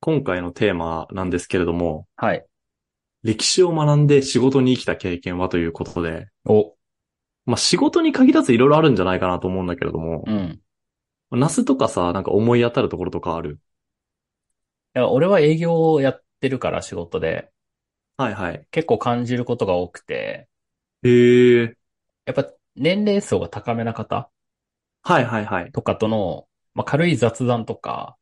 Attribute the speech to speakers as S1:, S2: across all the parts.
S1: 今回のテーマなんですけれども、
S2: はい。
S1: 歴史を学んで仕事に生きた経験はということで、
S2: お。
S1: まあ仕事に限らずいろいろあるんじゃないかなと思うんだけれども
S2: う、ん。い
S1: ナスとかさ、なんか思い当たるところとかある
S2: や、俺は営業をやってるから仕事で、
S1: はいはい。
S2: 結構感じることが多くて、
S1: へえ。
S2: やっぱ年齢層が高めな方
S1: はいはいはい。
S2: とかとの、まあ、軽い雑談とか、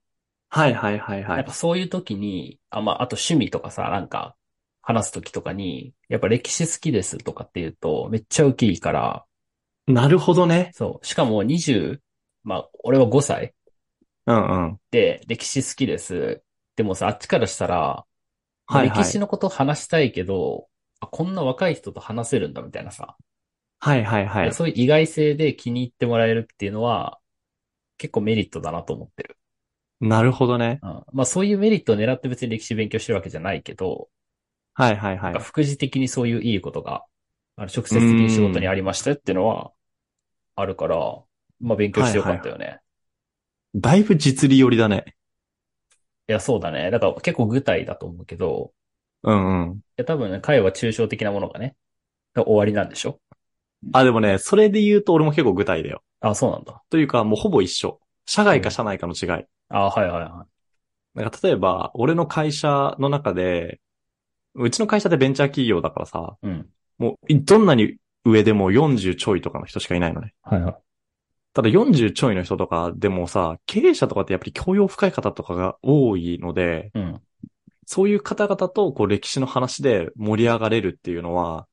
S1: はいはいはいは
S2: なん
S1: い
S2: か。そういう時に、あ、まあ、あと趣味とかさ、なんか話す時とかに、やっぱ歴史好きですとかって言うと、めっちゃウキいいから、
S1: なるほどね。
S2: そう。しかも20、まあ、俺は5歳
S1: うんうん。
S2: で歴史好きです。でもさ、あっちからしたら、
S1: はいは
S2: 歴史
S1: い。
S2: のこと話したいけど、あこんな若い人と話せるんだみたいなさ、
S1: はいはいはい。
S2: そういう意外性で気に入ってもらえるっていうのは、結構メリットだなと思ってる。
S1: なるほどね。
S2: うん、まあそういうメリットを狙って別に歴史勉強してるわけじゃないけど、
S1: はいはいはい
S2: なんか。副次的にそういういいことが、あの直接的に仕事にありましたよっていうのは、あるから、まあ勉強してよかったよね。い
S1: だいぶ実利寄りだね。
S2: や、そうだね。だから結構具体だと思うけど、
S1: うんうん。
S2: いや多分ね、会は抽象的なものがね、終わりなんでしょ
S1: あ、でもね、それで言うと俺も結構具体だよ。
S2: あ、そうなんだ。
S1: というか、もうほぼ一緒。社外か社内かの違い。
S2: あ、はいはいはい。
S1: なんか例えば、俺の会社の中で、うちの会社ってベンチャー企業だからさ、
S2: うん。
S1: もうどんなに上でも40ちょいとかの人しかいないのね。
S2: はいはい。
S1: ただ40ちょいの人とかでもさ、経営者とかってやっぱり教養深い方とかが多いので、
S2: うん。
S1: そういう方々とこう歴史の話で盛り上がれるっていうのは、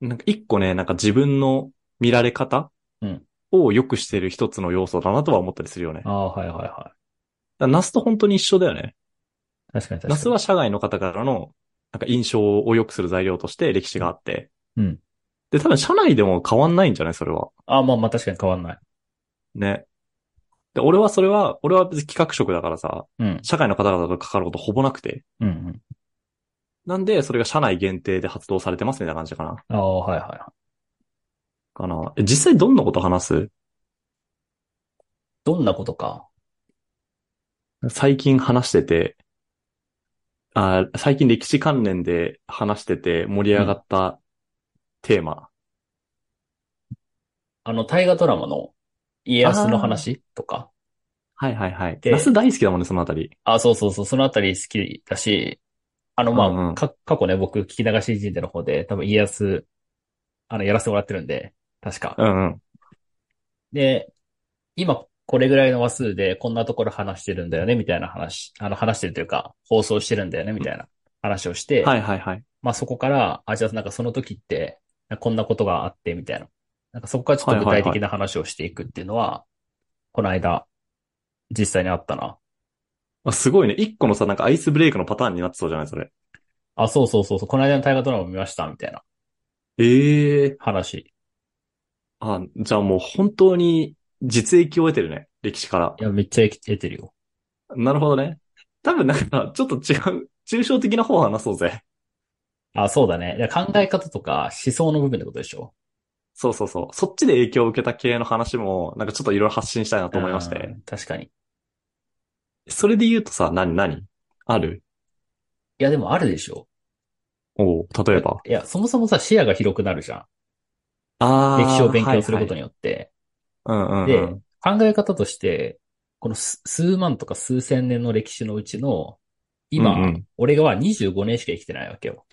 S1: なんか一個ね、なんか自分の見られ方
S2: うん
S1: を良くしてる一つの要素だなとは思ったりするよね。
S2: ああ、はいはいは
S1: だからナスと本当に一緒だよね。
S2: い。確かに確かに。
S1: ナスは社外の方からの、なんか印象を良くする材料として歴史があって。
S2: うん。
S1: で、多分社内でも変わんないんじゃないそれは。
S2: ああ、まあまあ確かに変わんない。
S1: ね。で、俺はそれは、俺は別に企画職だからさ、
S2: うん。
S1: 社外の方々と関わることほぼなくて。
S2: うんうん。
S1: なんで、それが社内限定で発動されてますみたいな感じかな。
S2: ああ、はいはいはい。
S1: かな。え実際どんなこと話す
S2: どんなことか。
S1: 最近話してて、あー最近歴史関連で話してて盛り上がったテーマ。
S2: あの、大河ドラマの家康の話とか。
S1: はいはいはい。
S2: で
S1: ナス大好きだもんね、そのあたり。
S2: ああ、そうそうそう。そのあたり好きだし、あの、まあ、
S1: うんうん
S2: か、過去ね、僕、聞き流し人生の方で、多分家康、あの、やらせてもらってるんで、確か
S1: う。んうん。
S2: で、今、これぐらいの話数で、こんなところ話してるんだよね、みたいな話、あの、話してるというか、放送してるんだよね、みたいな話をして、
S1: はいはいはい。
S2: まあそこから、あ、じゃあなんかその時って、こんなことがあってみたいな。なんかそこからちょっと具体的な話をしていくっていうのは、この間、実際にあったな。
S1: あ、すごいね。一個のさ、なんかアイスブレイクのパターンになってそうじゃないそれ。
S2: あ、そうそうそうそう、この間の大河ドラマ見ました、みたいな
S1: ええ
S2: 話。
S1: あ、じゃあもう本当に実益を得てるね。歴史から
S2: い。や、めっちゃ得てるよ。
S1: なるほどね。多分なんか、ちょっと違う、抽象的な方を話そうぜ。
S2: あ、そうだね。いや考え方とか思想の部分ってことでしょ
S1: そうそうそう。そっちで影響を受けた系の話も、なんかちょっといろいろ発信したいなと思いまし
S2: う
S1: て。
S2: ん確かに。い
S1: それで言うとさ、何、何ある
S2: や、でもあるでしょ
S1: おう例えば。
S2: いや、そもそもさ、視野が広くなるじゃ
S1: あ
S2: ん。
S1: ー
S2: 歴史を勉強すること
S1: に。
S2: によって。
S1: はいはいうんうんうん。
S2: で、考え方として、この数数万とか数千年の歴史のうちの、今、
S1: うんうん
S2: 俺がは25年しか生きてないわけよ。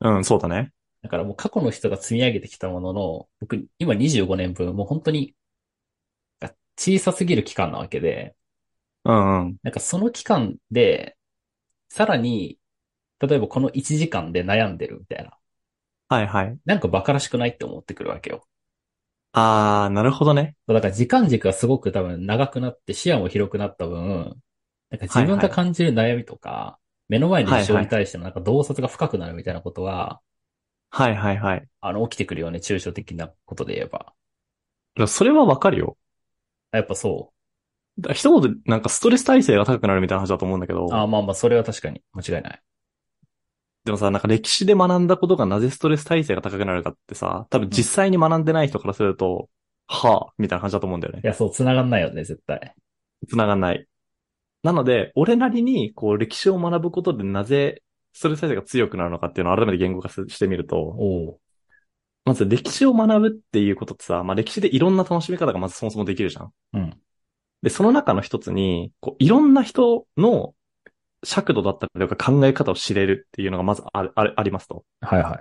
S1: うん、そうだね。
S2: だからもう過去の人が積み上げてきたものの、僕、今25年分、もう本当に、小さすぎる期間なわけで、
S1: うんうん。
S2: なんかその期間で、さらに、例えばこの1時間で悩んでるみたいな、
S1: はいはい。
S2: なんか馬鹿らしくないって思ってくるわけよ。
S1: あー、なるほどね。
S2: だから時間軸がすごく多分長くなって視野も広くなった分、なんか自分が感じる悩みとか、目の前の事象に対してのなんか洞察が深くなるみたいなことは、
S1: はいはいはい。
S2: あの、起きてくるよね、抽象的なことで言えば。
S1: それはわかるよ。
S2: やっぱそ
S1: だから一言で、なんかストレス耐性が高くなるみたいな話だと思うんだけど
S2: う。、ああ、まあまあ、それは確かに間違いない。
S1: でもさ、なんか歴史で学んだことがなぜストレス耐性が高くなるかってさ、多分実際に学んでない人からすると、はぁ、みたいな感じだと思うんだよね
S2: い。や、そう、繋がんないよね、絶対。
S1: 繋がんない。なので、俺なりに、こう、歴史を学ぶことでなぜ、ストレス対策が強くなるのかっていうのを改めて言語化すしてみると、
S2: おう
S1: まず歴史を学ぶっていうことってさ、まあ歴史でいろんな楽しみ方がまずそもそもできるじゃん。
S2: うん。
S1: で、その中の一つに、こう、いろんな人の尺度だったりとか考え方を知れるっていうのがまずある、あるありますと。
S2: はいは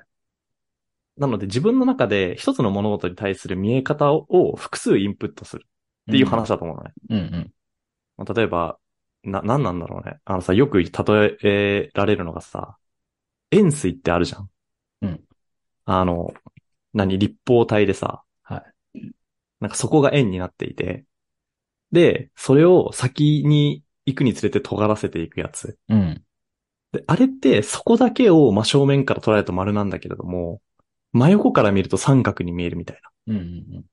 S2: い。
S1: なので自分の中で一つの物事に対する見え方をを複数インプットするっていう話だと思うのね。
S2: うんうん。
S1: まあ例えば、な、なんなんだろうね。あのさ、よく例えられるのがさ、円錐ってあるじゃん。
S2: うん。
S1: あの、何、立方体でさ、
S2: はい
S1: なんかそこが円になっていて、で、それを先に行くにつれて尖らせていくやつ。
S2: うん。
S1: で、あれってそこだけを真正面から捉えると丸なんだけれども、真横から見ると三角に見えるみたい
S2: うんうん
S1: な。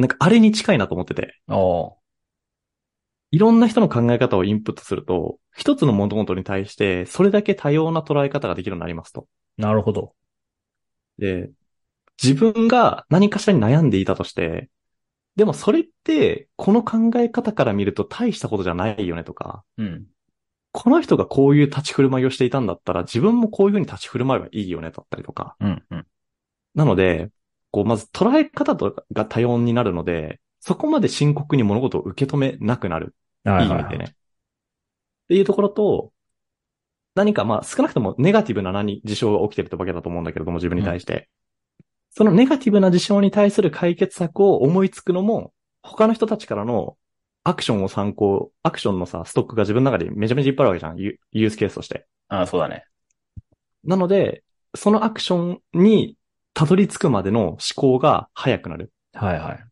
S1: なんかあれに近いなと思ってて。
S2: うん。おう
S1: いろんな人の考え方をインプットすると、一つの物事に対して、それだけ多様な捉え方ができるようになりますと。
S2: なるほど。
S1: で、自分が何かしらに悩んでいたとして、でもそれって、この考え方から見ると大したことじゃないよねとか、
S2: うん。
S1: この人がこういう立ち振る舞いをしていたんだったら、自分もこういうふうに立ち振る舞えばいいよねだったりとか。
S2: うんうん。
S1: なので、こう、まず捉え方とかが多様になるので、そこまで深刻に物事を受け止めなくなる。
S2: は
S1: い
S2: いい
S1: い意
S2: は
S1: 味で
S2: いはい。
S1: ね。っていうところと、何かまあ少なくともネガティブな何、事象が起きてるってわけだと思うんだけれども、自分に対して。そのネガティブな事象に対する解決策を思いつくのも、他の人たちからのアクションを参考、アクションのさ、ストックが自分の中でめちゃめちゃいっぱいあるわけじゃん。ユユースケースとして。
S2: ああ、そうだね。
S1: なので、そのアクションにたどり着くまでの思考が早くなる
S2: はいはい。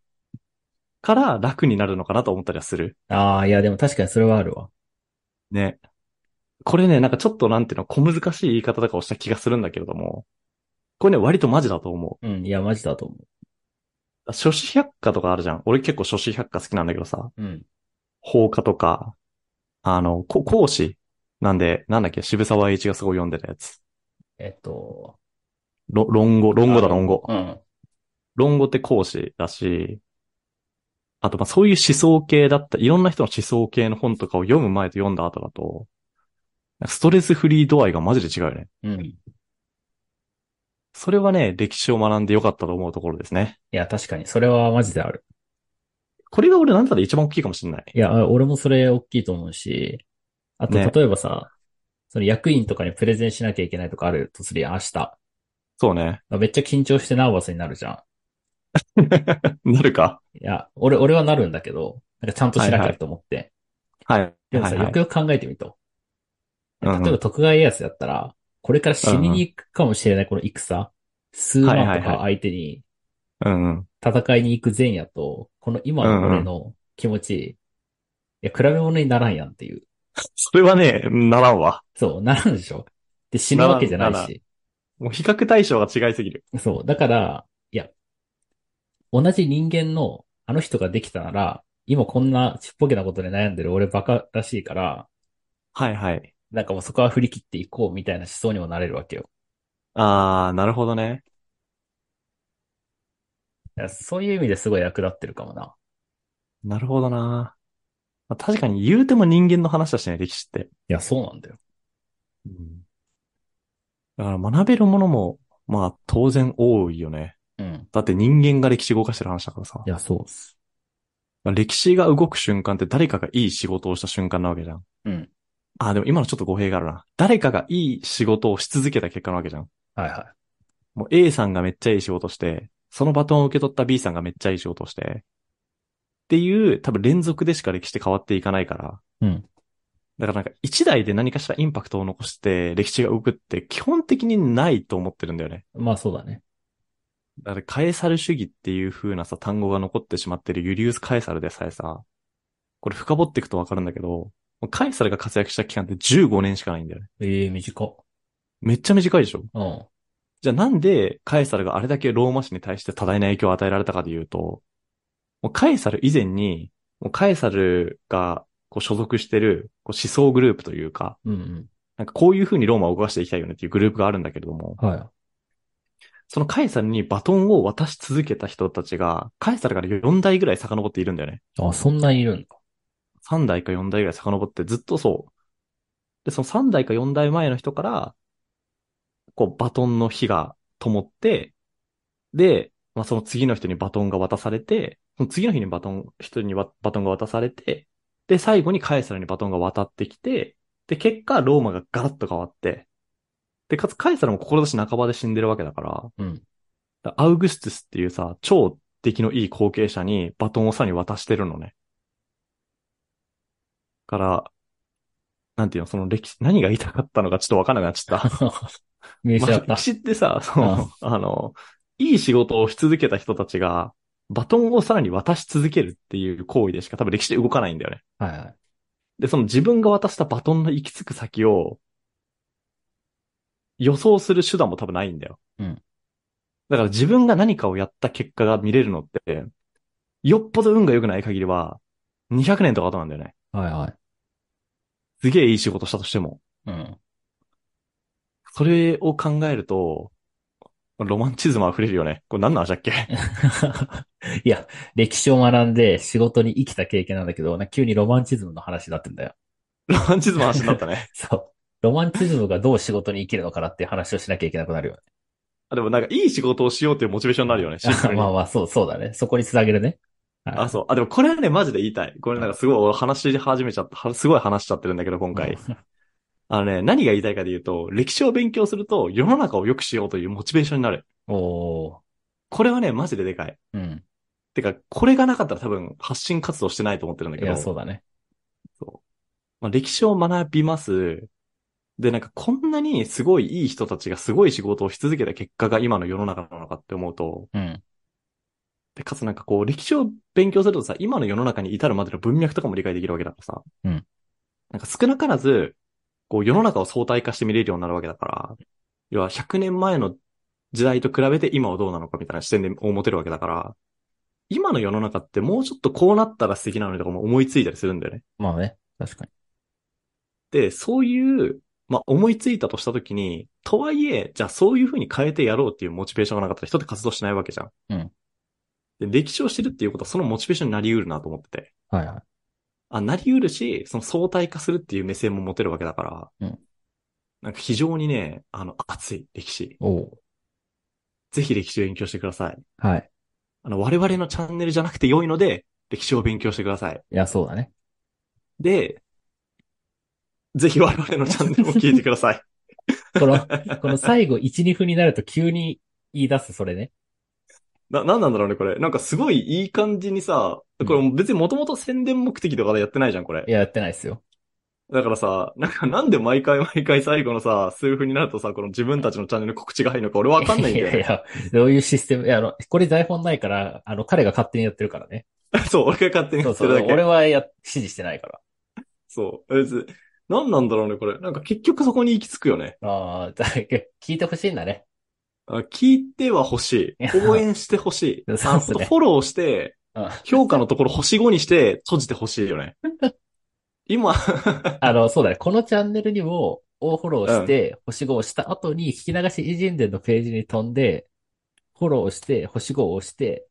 S1: から楽になるのかなと思ったりはする。
S2: ああ、いやでも確かにそれはあるわ。
S1: ね。これね、なんかちょっとなんていうの、小難しい言い方とかをした気がするんだけれども、これね、割とマジだと思
S2: うん。いや、マジだと思
S1: う。諸子百科とかあるじゃん。俺結構諸子百科好きなんだけどさ、
S2: う。うん。
S1: 法科とか、あの、こ講師なんで、なんだっけ、渋沢栄一がすごい読んでたやつ。
S2: えっと、
S1: ろ論語、論語だ、
S2: あ
S1: 論語。
S2: うん。
S1: 論語って講師だし、あと、まあ、そういう思想系だった、いろんな人の思想系の本とかを読む前と読んだ後だと、ストレスフリー度合いがマジで違うよね。
S2: うん。い
S1: それはね、歴史を学んでよかったと思うところですね。
S2: や、確かにそれはマジである。
S1: これが俺なんだったら一番大きいかもしれない。
S2: いや、俺もそれ大きいと思うし、あと、
S1: ね
S2: 例えばさ、その役員とかにプレゼンしなきゃいけないとかあるとするやん、明日。
S1: そうね。
S2: めっちゃ緊張してナーバスになるじゃん。
S1: なるか。
S2: いや、俺、俺はなるんだけど、なんかちゃんとしなきゃと思って。
S1: はい。
S2: でも
S1: は
S2: さ、
S1: いは
S2: よ
S1: い
S2: くよく考えてみると。
S1: うんうん
S2: 例えば徳川家康だったら、これから死にに行くかもしれないこの戦、数万とか相手に
S1: うんうん。
S2: 戦いに行く前夜と、この今の俺の気持ち、いや、比べ物にならんやんっていう。
S1: それはね、ならんわ。
S2: そう、ならんでしょで、死ぬわけじゃな
S1: ならん
S2: いし。
S1: もう比較対象が違いすぎる。
S2: そう、だから、いや、同じ人間のあの人ができたなら、今こんなちっぽけなことで悩んでる俺バカらしいから、
S1: はいはい。
S2: なんかもうそこは振り切っていこうみたいな思想にもなれるわけよ。
S1: あー、なるほどね。
S2: いやそういう意味ですごい役立ってるかもな。
S1: なるほどな。まあ、確かに言うても人間の話だしね、歴史って。
S2: いや、そうなんだよ。
S1: だから学べるものも、まあ当然多いよね。
S2: うん。
S1: だって人間が歴史動かしてる話だからさ
S2: い。や、そうっす。
S1: まあ歴史が動く瞬間って誰かがいい仕事をした瞬間なわけじゃん。
S2: うん。
S1: あ、でも今のちょっと語弊があるな。誰かがいい仕事をし続けた結果なわけじゃん。
S2: はいは
S1: もう A さんがめっちゃいい仕事して、そのバトンを受け取った B さんがめっちゃいい仕事をして、っていう多分連続でしか歴史って変わっていかないから。
S2: い。うん。
S1: だからなんか一台で何かしらインパクトを残して歴史が動くって基本的にないと思ってるんだよね。
S2: まあそうだね。
S1: だからカエサル主義っていう風なさ単語が残ってしまってるユリウス・カエサルでさえさ、これ深掘っていくとわかるんだけど、もうカエサルが活躍した期間って15年しかないんだよね。
S2: ええ短っ。
S1: めっちゃ短いでしょ
S2: うん。
S1: じゃあなんでカエサルがあれだけローマ史に対して多大な影響を与えられたかで言うと、もうカエサル以前に、もうカエサルがこう所属してるこう思想グループというか、
S2: うん
S1: なんかこういう風にローマを動かしていきたいよねっていうグループがあるんだけれども、
S2: うん。は
S1: そのカエサルにバトンを渡し続けた人たちが、カエサルから4代ぐらい遡っているんだよね。
S2: い。あ、そんなにいるんだ。
S1: 3代か4代ぐらい遡ってずっとそう。で、その3代か4代前の人から、こう、バトンの火が灯って、で、まあ、その次の人にバトンが渡されて、その次の日にバトン、人にわバトンが渡されて、で、最後にカエサルにバトンが渡ってきて、で、結果、ローマがガラッと変わって、で、かつカエサルも志半ばで死んでるわけだから、
S2: うん。
S1: だアウグストゥスっていうさ、超出来のいい後継者にバトンをさに渡してるのね。から、なんていうの、その歴史、何が言いたかったのかちょっとわからなくなっちゃった。
S2: 見失っ
S1: まあ
S2: た
S1: 歴。史ってさ、その、あの、いい仕事をし続けた人たちが、バトンをさらに渡し続けるっていう行為でしか多分歴史で動かないんだよね。
S2: はいはい。
S1: で、その自分が渡したバトンの行き着く先を、予想する手段も多分ないんだよ。
S2: うん
S1: だから自分が何かをやった結果が見れるのって、よっぽど運が良くない限りは、200年とか後なんだよね。
S2: はいはい。
S1: すげえいい仕事したとしても。
S2: うん。
S1: それを考えると、ロマンチズム溢れるよね。これ何の話だ っけ
S2: いや、歴史を学んで仕事に生きた経験なんだけど、なんか急にロマンチズムの話になってんだよ。
S1: ロマンチズムの話になったね。
S2: そう。ロマンチズムがどう仕事に生きるのかなっていう話をしなきゃいけなくなるよね。
S1: あでもなんかいい仕事をしようっていうモチベーションになるよね。 シンプルに
S2: まあまあ、そう、そうだね。そこにつなげるね。はい
S1: あ、そう。あ、でもこれはね、マジで言いたい。これなんかすごい俺話し始めちゃった。はすごい話しちゃってるんだけど、今回。あのね、何が言いたいかで言うと、歴史を勉強すると世の中を良くしようというモチベーションになる。
S2: おー。
S1: これはね、マジででかい。
S2: うん。
S1: てか、これがなかったら多分発信活動してないと思ってるんだ
S2: い
S1: けど。
S2: や、そうだね。
S1: まあ、歴史を学びます。で、なんかこんなにすごいいい人たちがすごい仕事をし続けた結果が今の世の中なのかって思うと、
S2: うん。
S1: で、かつなんかこう、歴史を勉強するとさ、今の世の中に至るまでの文脈とかも理解できるわけだからさ。
S2: うん。
S1: なんか少なからず、こう、世の中を相対化して見れるようになるわけだから、要は100年前の時代と比べて今はどうなのかみたいな視点でを持てるわけだから、今の世の中ってもうちょっとこうなったら素敵なのにとかも思いついたりするんだよね。
S2: まあね。確かに。
S1: で、そういう、まあ、思いついたとしたときに、とはいえ、じゃあそういう風に変えてやろうっていうモチベーションがなかったら人って活動しないわけじゃん。
S2: うん。
S1: で、歴史を知るっていうことはそのモチベーションになり得るなと思ってて。
S2: はいはい。
S1: あ、なり得るし、その相対化するっていう目線も持てるわけだから。
S2: うん。
S1: なんか非常にね、あの、熱い歴史。
S2: おー。
S1: ぜひ歴史を勉強してください。
S2: はい。
S1: あの、我々のチャンネルじゃなくて良いので、歴史を勉強してください。
S2: いや、そうだね。
S1: で、ぜひ我々のチャンネルも聞いてください。
S2: こ の、この最後1、2分になると急に言い出す、それね。
S1: な、なんなんだろうね、これ。なんかすごいいい感じにさ、
S2: うん
S1: これ別にもともと宣伝目的とかでやってないじゃん、これ
S2: い。や、やってないですよ。
S1: だからさ、なんかなんで毎回毎回最後のさ、数分になるとさ、この自分たちのチャンネル告知が入るのか俺わかんないんだよ
S2: い
S1: ね。
S2: やいや、どういうシステム、いや、あの、これ台本ないから、あの、彼が勝手にやってるからね。
S1: そう、俺が勝手に言
S2: そう
S1: って
S2: そう。
S1: るだ
S2: 俺
S1: け。
S2: はや、指示してないか
S1: そう。別に、なんなんだろうね、これ。なんか結局そこに行き着くよね。
S2: ら。ああ、だけ聞いてほしいんだね。
S1: あ聞いては欲し
S2: いや
S1: い。応援して欲しい。
S2: そうっすね
S1: あのフォローして、
S2: うん。
S1: 評価のところ星5にして閉じて欲しいよね。今、
S2: あの、そうだね。このチャンネルにも、をフォローして、星5を押した後に、聞き流し偉人伝のページに飛んで、フォローして、星5を押して、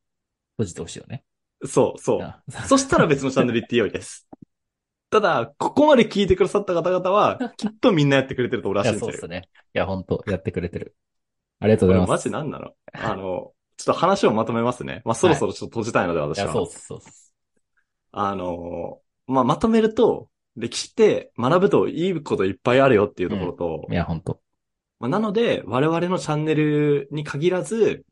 S2: 閉じてほしいよね。
S1: そう、そう。
S2: あ
S1: そしたら別のチャンネル行ってよいです。ただ、ここまで聞いてくださった方々 は、きっとみんなやってくれてると俺はい
S2: や、
S1: 信じ
S2: そう
S1: て
S2: っす
S1: る。
S2: ね。いや、本当やってくれてる。ありがとう
S1: こ
S2: ござ
S1: れ
S2: いま
S1: マ
S2: す。
S1: ジなんなのあの、ちょっと話をまとめますね。まあ、そろそろちょっと閉じたいので、
S2: い
S1: 私
S2: や、
S1: は。
S2: そうっす、そうっす。
S1: あの、まあ、まとめると、歴史って学ぶといいこといっぱいあるよっていうところと、
S2: いや、本当
S1: まあ、なので、我々のチャンネルに限らず、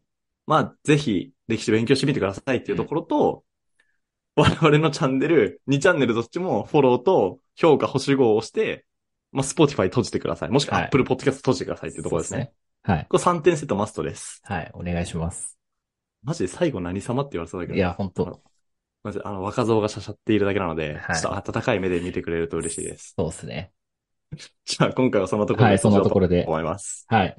S1: まあ、ぜひ、歴史勉強してみてくださいっていうところと、我々のチャンネル、2チャンネルどっちもフォローと評価星5を押して、まあ、Spotify 閉じてください。もしくは
S2: はい
S1: Apple Podcast 閉じてくださいっていうところですね。
S2: そうっすね。
S1: これ3点セットマストです。
S2: はい。はい。お願いします。
S1: マジで最後何様って言われそうだけど。
S2: いや、本当
S1: マジであの、若造がしゃしゃっているだけなので、
S2: はい
S1: ちょっと温かい目で見てくれると嬉しいです。
S2: そうっすね。
S1: じゃあ、今回はそんなところ
S2: は
S1: で
S2: い、そんなところ
S1: 終
S2: で。
S1: わります。
S2: はい。